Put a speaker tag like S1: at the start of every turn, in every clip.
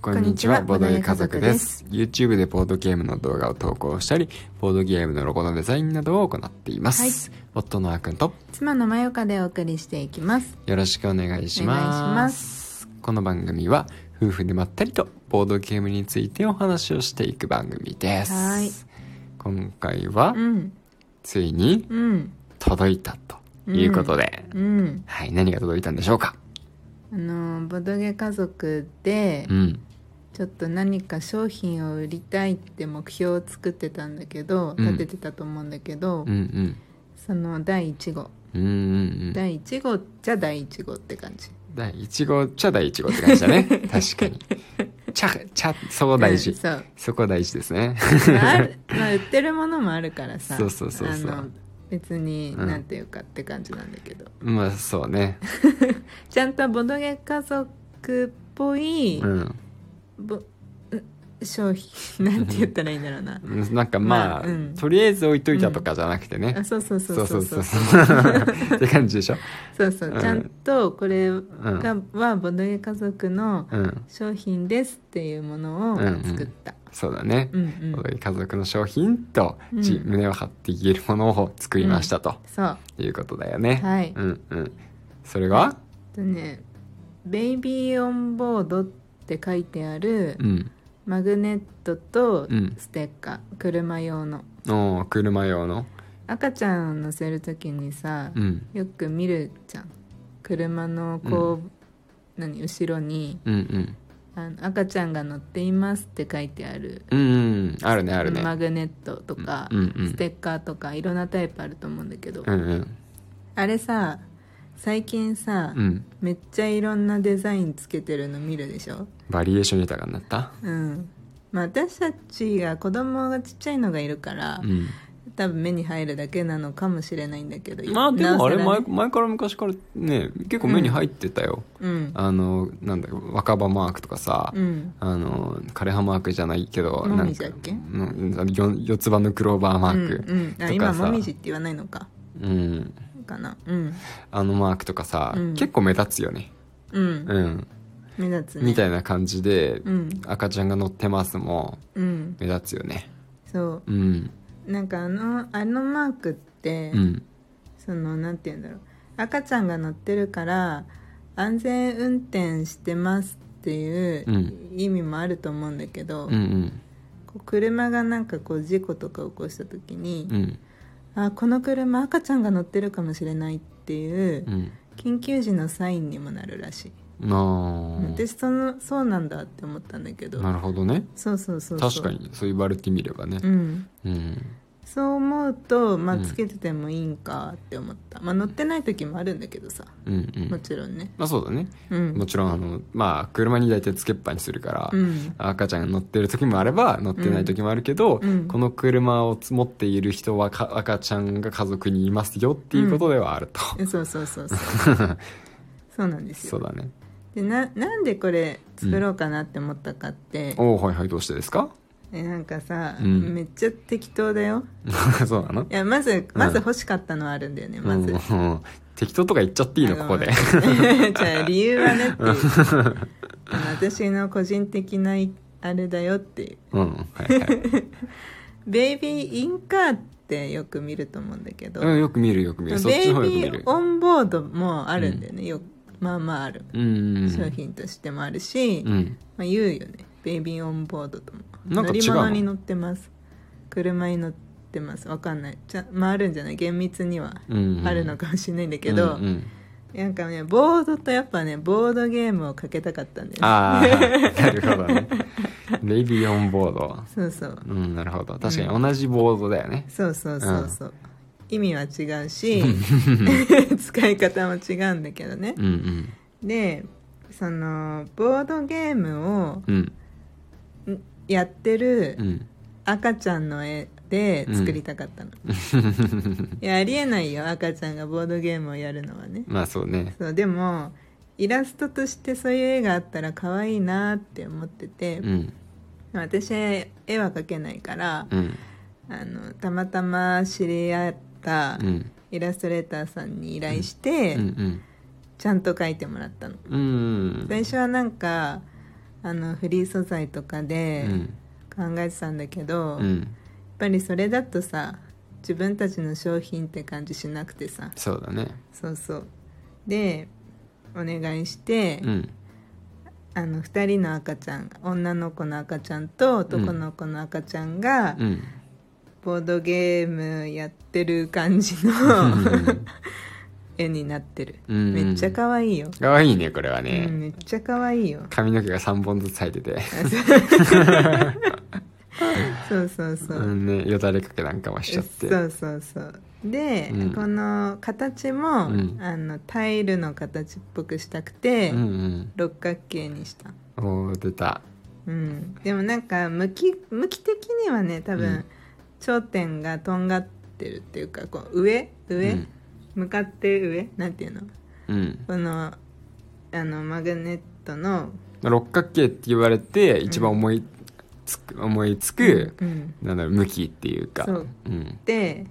S1: こんにちは、ボードゲー家族です。。YouTube でボードゲームの動画を投稿したり、ボードゲームのロゴのデザインなどを行っています。夫のあーくんと、
S2: 妻のまよかでお送りしていきます。
S1: よろしくお願いし
S2: お願いし
S1: ま。
S2: ます
S1: この番組は、夫婦でまったりとボードゲームについてお話をしていく番組です。
S2: はい
S1: 今回は
S2: う、ん、
S1: ついに
S2: うん、
S1: 届いたということで、
S2: うん。
S1: はい、何が届いたんでしょうか
S2: あの、ボドゲ家族で
S1: う、ん。
S2: ちょっと何か商品を売りたいって目標を作ってたんだけど、
S1: うん
S2: 立ててたと思うんだけど、
S1: うんうん。
S2: その第1号。
S1: うんうんうん。
S2: 第1号じゃ第1号って感じ。
S1: 第1号っちゃ第1号って感じだ ね確かにちゃちゃそこ大事、
S2: う んそう。
S1: そこ大事ですね
S2: まああるまあ売ってるものもあるからさ。
S1: そうそうそうそう
S2: あの別に、
S1: うん
S2: なんていうかって感じなんだけど。
S1: まあそうね
S2: ちゃんとボドゲ家族っぽい、
S1: うん
S2: ぼん商品 なんて言ったらいいんだろうな
S1: なんかまあ、
S2: まあうん
S1: とりあえず置いといたとかじゃなくてね、
S2: あそうそうそうそうそ
S1: そう
S2: う
S1: そうそ うって感じでしょ
S2: そうそう
S1: うん
S2: ちゃんとこれが
S1: うん
S2: はボドゲ家族の
S1: うん
S2: 商品ですっていうものを作った
S1: そうだね、
S2: うんうん、
S1: 家族の商品と、
S2: うん
S1: じ胸を張って言えるものを作りましたと
S2: そう
S1: いうことだよね、
S2: はい
S1: うんうんそれが
S2: あとね「ベイビーオンボード」って書いてある
S1: うん
S2: マグネットと
S1: うん
S2: ステッカー車用の
S1: おー車用の
S2: 赤ちゃんを乗せる時にさ
S1: うん
S2: よく見るじゃん車のこう、何後ろに
S1: うんうん
S2: あの赤ちゃんが乗っていますって書いてある
S1: うんうんあるねあるね
S2: マグネットとか、
S1: うんうん
S2: ステッカーとかいろんなタイプあると思うんだけど、
S1: うんうん
S2: あれさ最近さ、
S1: うん
S2: めっちゃいろんなデザインつけてるの見るでしょ
S1: バリエーション豊かになった
S2: うんまあ私たちが子供がちっちゃいのがいるから、
S1: うん
S2: 多分目に入るだけなのかもしれないんだけど
S1: まあでもあれ
S2: なお
S1: 前
S2: さらね
S1: 前から昔からね結構目に入ってたよ、
S2: うん
S1: あのなんだ若葉マークとかさ、
S2: うん
S1: あの枯葉マークじゃないけど
S2: も
S1: なん
S2: みじ
S1: か
S2: だっけ
S1: うんよ四つ葉のクローバーマー
S2: うんうん
S1: ク
S2: あ
S1: と
S2: 今
S1: かさ、
S2: も
S1: うん
S2: みじって言わないのかかなうん
S1: あのマークとかさ、
S2: うん
S1: 結構目立つよね、
S2: うん、
S1: うん
S2: 目立つね
S1: みたいな感じで、
S2: うん
S1: 赤ちゃんが乗ってますも
S2: うん
S1: 目立つよね
S2: そう
S1: うん
S2: なんかあのあのマークって、
S1: うん
S2: そのなんて言うんだろう赤ちゃんが乗ってるから安全運転してますっていう
S1: う
S2: 意味もあると思うんだけど、
S1: うんうん
S2: こう車がなんかこう事故とか起こした時に、
S1: うん
S2: あこの車赤ちゃんが乗ってるかもしれないっていう
S1: うん
S2: 緊急時のサインにもなるらしい、
S1: あー
S2: 私そのそうなんだって思ったんだけど
S1: なるほどね
S2: そうそうそうそう
S1: 確かにそう言われてみればね
S2: うん
S1: うん
S2: そう思うと、まあ、
S1: うん
S2: つけててもいいんかって思った、まあ乗ってない時もあるんだけどさ
S1: うんうん
S2: もちろんね
S1: まあそうだね
S2: うん
S1: もちろんあのまあ車に大体つけっぱにするから、
S2: うん
S1: 赤ちゃんが乗ってる時もあれば乗ってない時もあるけど、
S2: うん
S1: この車を持っている人はか赤ちゃんが家族にいますよっていうことではあると、
S2: えそうそうそうそう そうなんです
S1: そう
S2: よ
S1: だね
S2: でななんでこれ作ろうかなって思ったかって、
S1: おおはいはいどうしてですか
S2: えなんかさ、
S1: うん
S2: めっちゃ適当だよ
S1: そうなの
S2: いやまずまず欲しかったのはあるんだよね、まず、
S1: うんうん適当とか言っちゃっていいの
S2: あ
S1: ここで
S2: じゃあ理由はねっていうあの私の個人的なあれだよっていう
S1: うんはいはい
S2: ベイビーインカーってよく見ると思うんだけど、
S1: うんよく見るよく見るそっ
S2: ベ
S1: ち
S2: イ
S1: の方よく
S2: ビ
S1: 見
S2: ー
S1: る
S2: オンボードもあるんだよね、よまあまあある、
S1: うんうん
S2: 商品としてもあるし、
S1: う
S2: ま
S1: ん
S2: あ、言うよねベイビーオンボードとも
S1: なんか
S2: 乗
S1: 違うの
S2: り物に乗ってます車に乗ってますわかんないちゃまああるんじゃない厳密には
S1: うんうん
S2: あるのかもしれないんだけど、
S1: うんうん
S2: なんかねボードとやっぱねボードゲームをかけたかったんだよね
S1: ああ、なるほどね。レビオンボード。
S2: そうそう
S1: うん、なるほど。確かに同じボードだよね。
S2: そうそうそうそう、意味は違 うし使い方も違うんだけどね
S1: う、ん
S2: でそのボードゲームを
S1: うん。うん。
S2: んやって
S1: う
S2: る
S1: ん。
S2: 赤ちゃんの絵で作りたかったの、いやありえないよ赤ちゃんがボードゲームをやるのはね
S1: まあそうね。
S2: そうでもイラストとしてそういう絵があったら可愛いなって思ってて、
S1: うん。
S2: 私絵は描けないから、
S1: うん。
S2: あのたまたま知り合った
S1: うん。
S2: イラストレーターさんに依頼して、
S1: うん。
S2: ちゃんと描いてもらったの
S1: うん。うん。
S2: 最初はなんかあのフリー素材とかで
S1: うん
S2: 考えてたんだけど、
S1: う
S2: やっ
S1: ん
S2: ぱりそれだとさ自分たちの商品って感じしなくてさ
S1: そうだね
S2: そうそうでお願いして、
S1: うん
S2: あの2人の赤ちゃん女の子の赤ちゃんと男の子の赤ちゃんが、
S1: うん
S2: ボードゲームやってる感じの
S1: うん
S2: 絵になってる、
S1: うん
S2: めっちゃ可愛いよ、
S1: かわいいねこれはね、
S2: うん、めっちゃ可愛いよ
S1: 髪の毛が3本ずつ生えてて
S2: そうそうそうう、
S1: んねよだれかけなんかもしちゃって
S2: そうそうそうで、
S1: うん
S2: この形も、
S1: うん
S2: あのタイルの形っぽくしたくて、
S1: うん
S2: 六角形にした、
S1: うんおー出た
S2: うん、でもなんか向き向き的にはね多分、
S1: うん
S2: 頂点がとんがってるっていうかこう上上、
S1: うん
S2: 向かって上なんていうの
S1: うん
S2: このあのマグネットの
S1: 六角形って言われて一番思いつく、思いつく、
S2: うん、
S1: なんだろう向きっていうか
S2: そう、
S1: ん
S2: で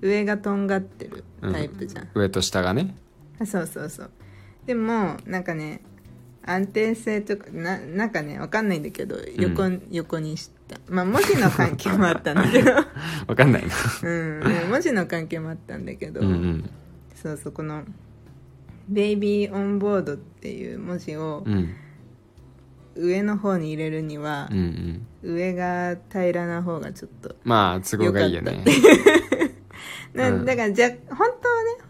S2: 上がとんがってるタイプじゃん、
S1: 上と下がね
S2: あそうそうそうでもなんかね安定性とかななんかねわかんないんだけど横,、横にしたまあ文字の関係もあったんだ けど、
S1: わかんないな
S2: うん、でも文字の関係もあったんだけ ど、
S1: うんうん
S2: そうそうこの「ベイビーオンボード」っていう文字を
S1: うん
S2: 上の方に入れるには
S1: うんう、ん
S2: 上が平らな方がちょっと
S1: まあ都合がいいよね
S2: な
S1: うん
S2: だからじゃ本当はね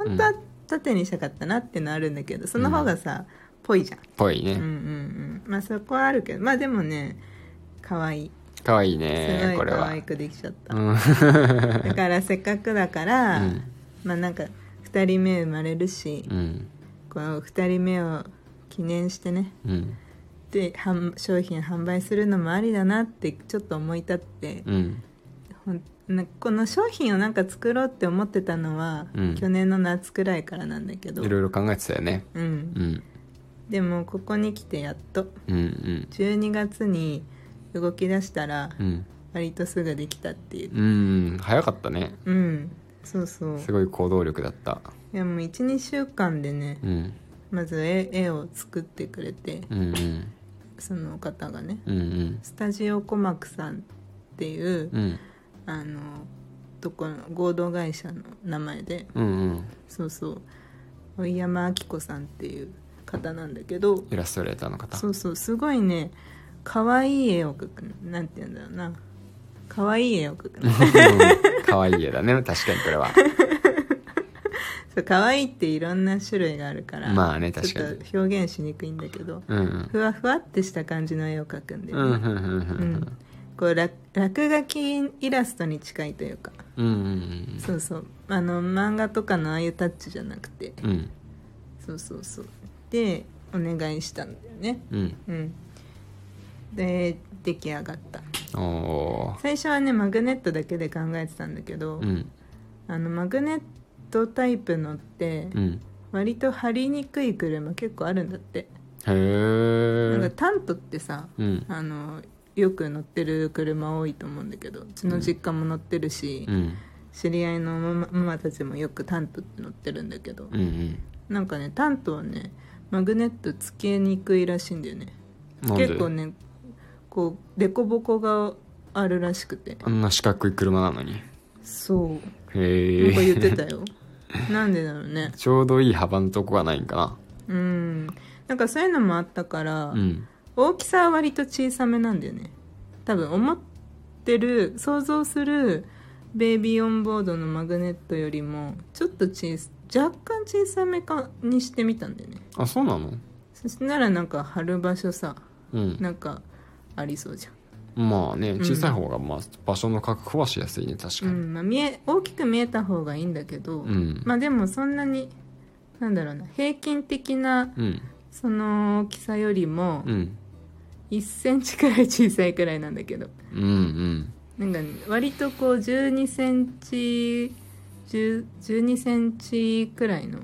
S1: うん
S2: 本当は縦にしたかったなっていうのはあるんだけどその方がさ、ぽいじゃん
S1: ぽい
S2: うんう
S1: ね
S2: んうんまあそこはあるけどまあでもね可愛い
S1: かわいい
S2: すご
S1: ね
S2: い
S1: これ
S2: 可
S1: は
S2: 愛くできちゃった、
S1: うん
S2: だからせっかくだから、
S1: うん
S2: まあなんか2人目生まれるし、
S1: うん
S2: この2人目を記念してね
S1: うん
S2: で販商品販売するのもありだなってちょっと思い立って、
S1: うん
S2: ほんなこの商品をなんか作ろうって思ってたのは、
S1: うん
S2: 去年の夏くらいからなんだけど
S1: いろいろ考えてたよね
S2: うん、
S1: うん
S2: でもここに来てやっと
S1: うんうん
S2: 12月に動き出したら
S1: うん
S2: 割とすぐできたっていう
S1: うん早かったね
S2: うんそうそう
S1: すごい行動力だった
S2: いやもう12週間でね
S1: うん
S2: まず絵絵を作ってくれて
S1: うんうん
S2: その方がね
S1: うんうん
S2: スタジオコマクさんっていう、
S1: うん
S2: あのどこの合同会社の名前で
S1: うんうん
S2: そうそう追山明子さんっていう方なんだけど
S1: イラストレーターの方
S2: そうそうすごいね可愛い絵を描くなんて言うんだろうな可愛い絵を描く
S1: かわいい絵だね確かにこれは
S2: そう可愛いっていろんな種類があるから
S1: まあね確
S2: ち
S1: か
S2: ょっ
S1: に
S2: と表現しにくいんだけど
S1: うんうん
S2: ふわふわってした感じの絵を描くんで、
S1: うんうんうんう
S2: うんんこう落落書きイラストに近いというか
S1: うんうん
S2: そうそうあの漫画とかのああいうタッチじゃなくて
S1: うんうん
S2: そうそうそうでお願いしたんだよね
S1: うん
S2: うんで出来上がった
S1: うんお
S2: 最初はねマグネットだけで考えてたんだけど、
S1: ーうん
S2: あのマグネットタイプのって
S1: うん
S2: 割と張りにくい車結構あるんだって、
S1: へ
S2: なん
S1: え
S2: かタントってさ
S1: うん
S2: あのよく乗ってる車多いと思うんだけどうちの実家も乗ってるし、
S1: うん
S2: 知り合いのママママたちもよくタントって乗ってるんだけど、
S1: うんうん
S2: なんかねタントはねマグネットつけにくいらしいんだよね
S1: なんで
S2: 結構ねこう凸凹があるらしくて
S1: あんな四角い車なのに
S2: そう
S1: へ
S2: なんか言
S1: え
S2: ってたよなんでだろうね
S1: ちょうどいい幅のとこがないんか
S2: うんなんかそういうのもあったから、
S1: なうん
S2: 大きさは割と小さめなんだよね多分思ってる想像するベイビーオンボードのマグネットよりもちょっと小さ若干小さめかにしてみたんだよね
S1: あそうなの
S2: そしたらなんか貼る場所さ
S1: うん
S2: なんかありそうじ
S1: まあね
S2: ん
S1: 小さい方がまあ場所の確保はしやすいね確か
S2: ゃん、う
S1: に
S2: んまあ、見え大きく見えた方がいいんだけど、
S1: うん
S2: まあでもそんなになんだろうな平均的な
S1: うん
S2: その大きさよりも
S1: うん
S2: 1センチくらい小さいくらいなんだけど
S1: うんうん
S2: なんかね、割とこう12センチ10 12センチくらいの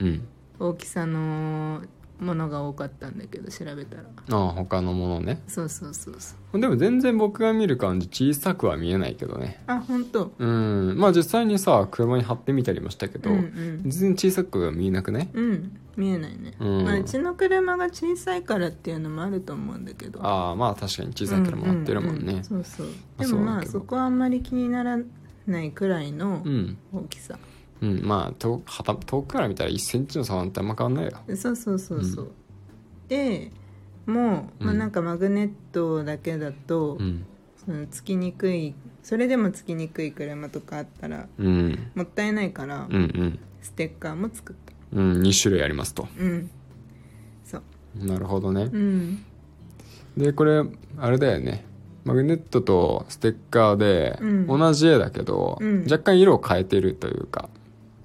S1: うん
S2: 大きさのものが多かったんだけど調べたら
S1: ああ他のものね
S2: そうそうそうそう
S1: でも全然僕が見る感じ小さくは見えないけどね
S2: あ本当
S1: うんまあ実際にさ車に貼ってみたりもしたけど、
S2: うんうん
S1: 全然小さくは見えなくない
S2: うん見えないね、
S1: うん
S2: まあ、うちの車が小さいからっていうのもあると思うんだけど
S1: ああまあ確かに小さいからもらってるもんね
S2: うんうんうんそ
S1: まあ
S2: うそうでも
S1: そう
S2: ま
S1: だ
S2: あ
S1: けど
S2: そこはあんまり気にならないくらいの
S1: うん、
S2: 大きさ、
S1: うん、まあ遠くはた遠くから見たら1センチの差なんてあんま変わんないよ
S2: そうそうそうそう、でもう、まあ、
S1: うん
S2: なんかマグネットだけだと、
S1: うん
S2: そのつきにくいそれでもつきにくい車とかあったら
S1: うん
S2: もったいないから、
S1: うん
S2: ステッカーも作った
S1: うんうん2種類ありますと
S2: うんそう
S1: なるほどね
S2: うん
S1: でこれあれだよねマグネットとステッカーで
S2: うん
S1: 同じ絵だけど、
S2: うん
S1: 若干色を変えてるというか、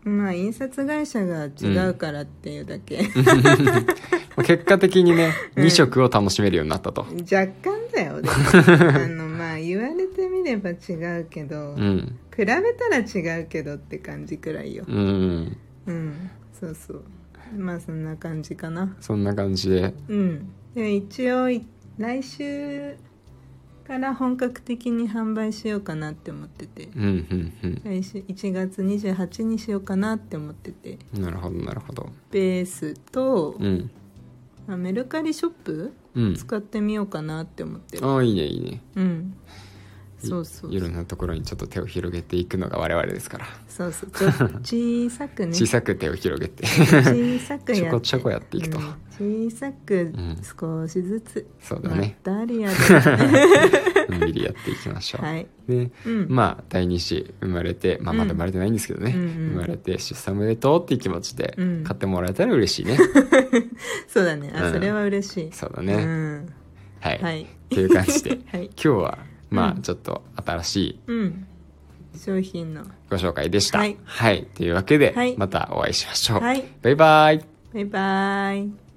S2: まあ印刷会社が違うからっていうだけ、
S1: まあ結果的にね、
S2: うん
S1: 2色を楽しめるようになったと
S2: 若干 だよでもあのまあ言われてみれば違うけ
S1: う
S2: ど、
S1: ん
S2: 比べたら違うけどって感じくらいよ
S1: うん
S2: うんそうそうまあそんな感じかな
S1: そんな感じで
S2: うんで一応い来週から本格的に販売しようかなって思ってて
S1: うんうん
S2: 来週1月28にしようかなって思ってて
S1: うんなるほどなるほど
S2: ベースと、
S1: うん
S2: まあメルカリショップ
S1: うん
S2: 使ってみようかなって思ってる
S1: ああいいねいいね
S2: うんそうそう
S1: いろんなところにちょっと手を広げていくのが我々ですから
S2: そうそう ちょ小さくね
S1: 小さく手を広げ て
S2: 小さくやって
S1: ちょこちょこやっていくと
S2: うん小さく少しずつ、
S1: そうだね
S2: まったりや る
S1: のんびりやっていきましょう、
S2: はい
S1: で
S2: うん
S1: まあ第2子生まれて、まあ、
S2: うん
S1: まだ生まれてないんですけどね、
S2: うんうん
S1: 生まれて出産おめでとうっていう気持ちで
S2: うん
S1: 買ってもらえたら嬉しい ね、
S2: そうだねあ、
S1: うん
S2: それは嬉しい
S1: そうだね、
S2: うん、
S1: はい、
S2: はい
S1: という感じで
S2: はい
S1: 今日はま
S2: う
S1: あ
S2: ん
S1: ちょっと新しい
S2: うん商品の
S1: ご紹介でした、
S2: はい
S1: というわけで、
S2: はい
S1: またお会いしましょう、
S2: はい
S1: バイバイ
S2: バイバイ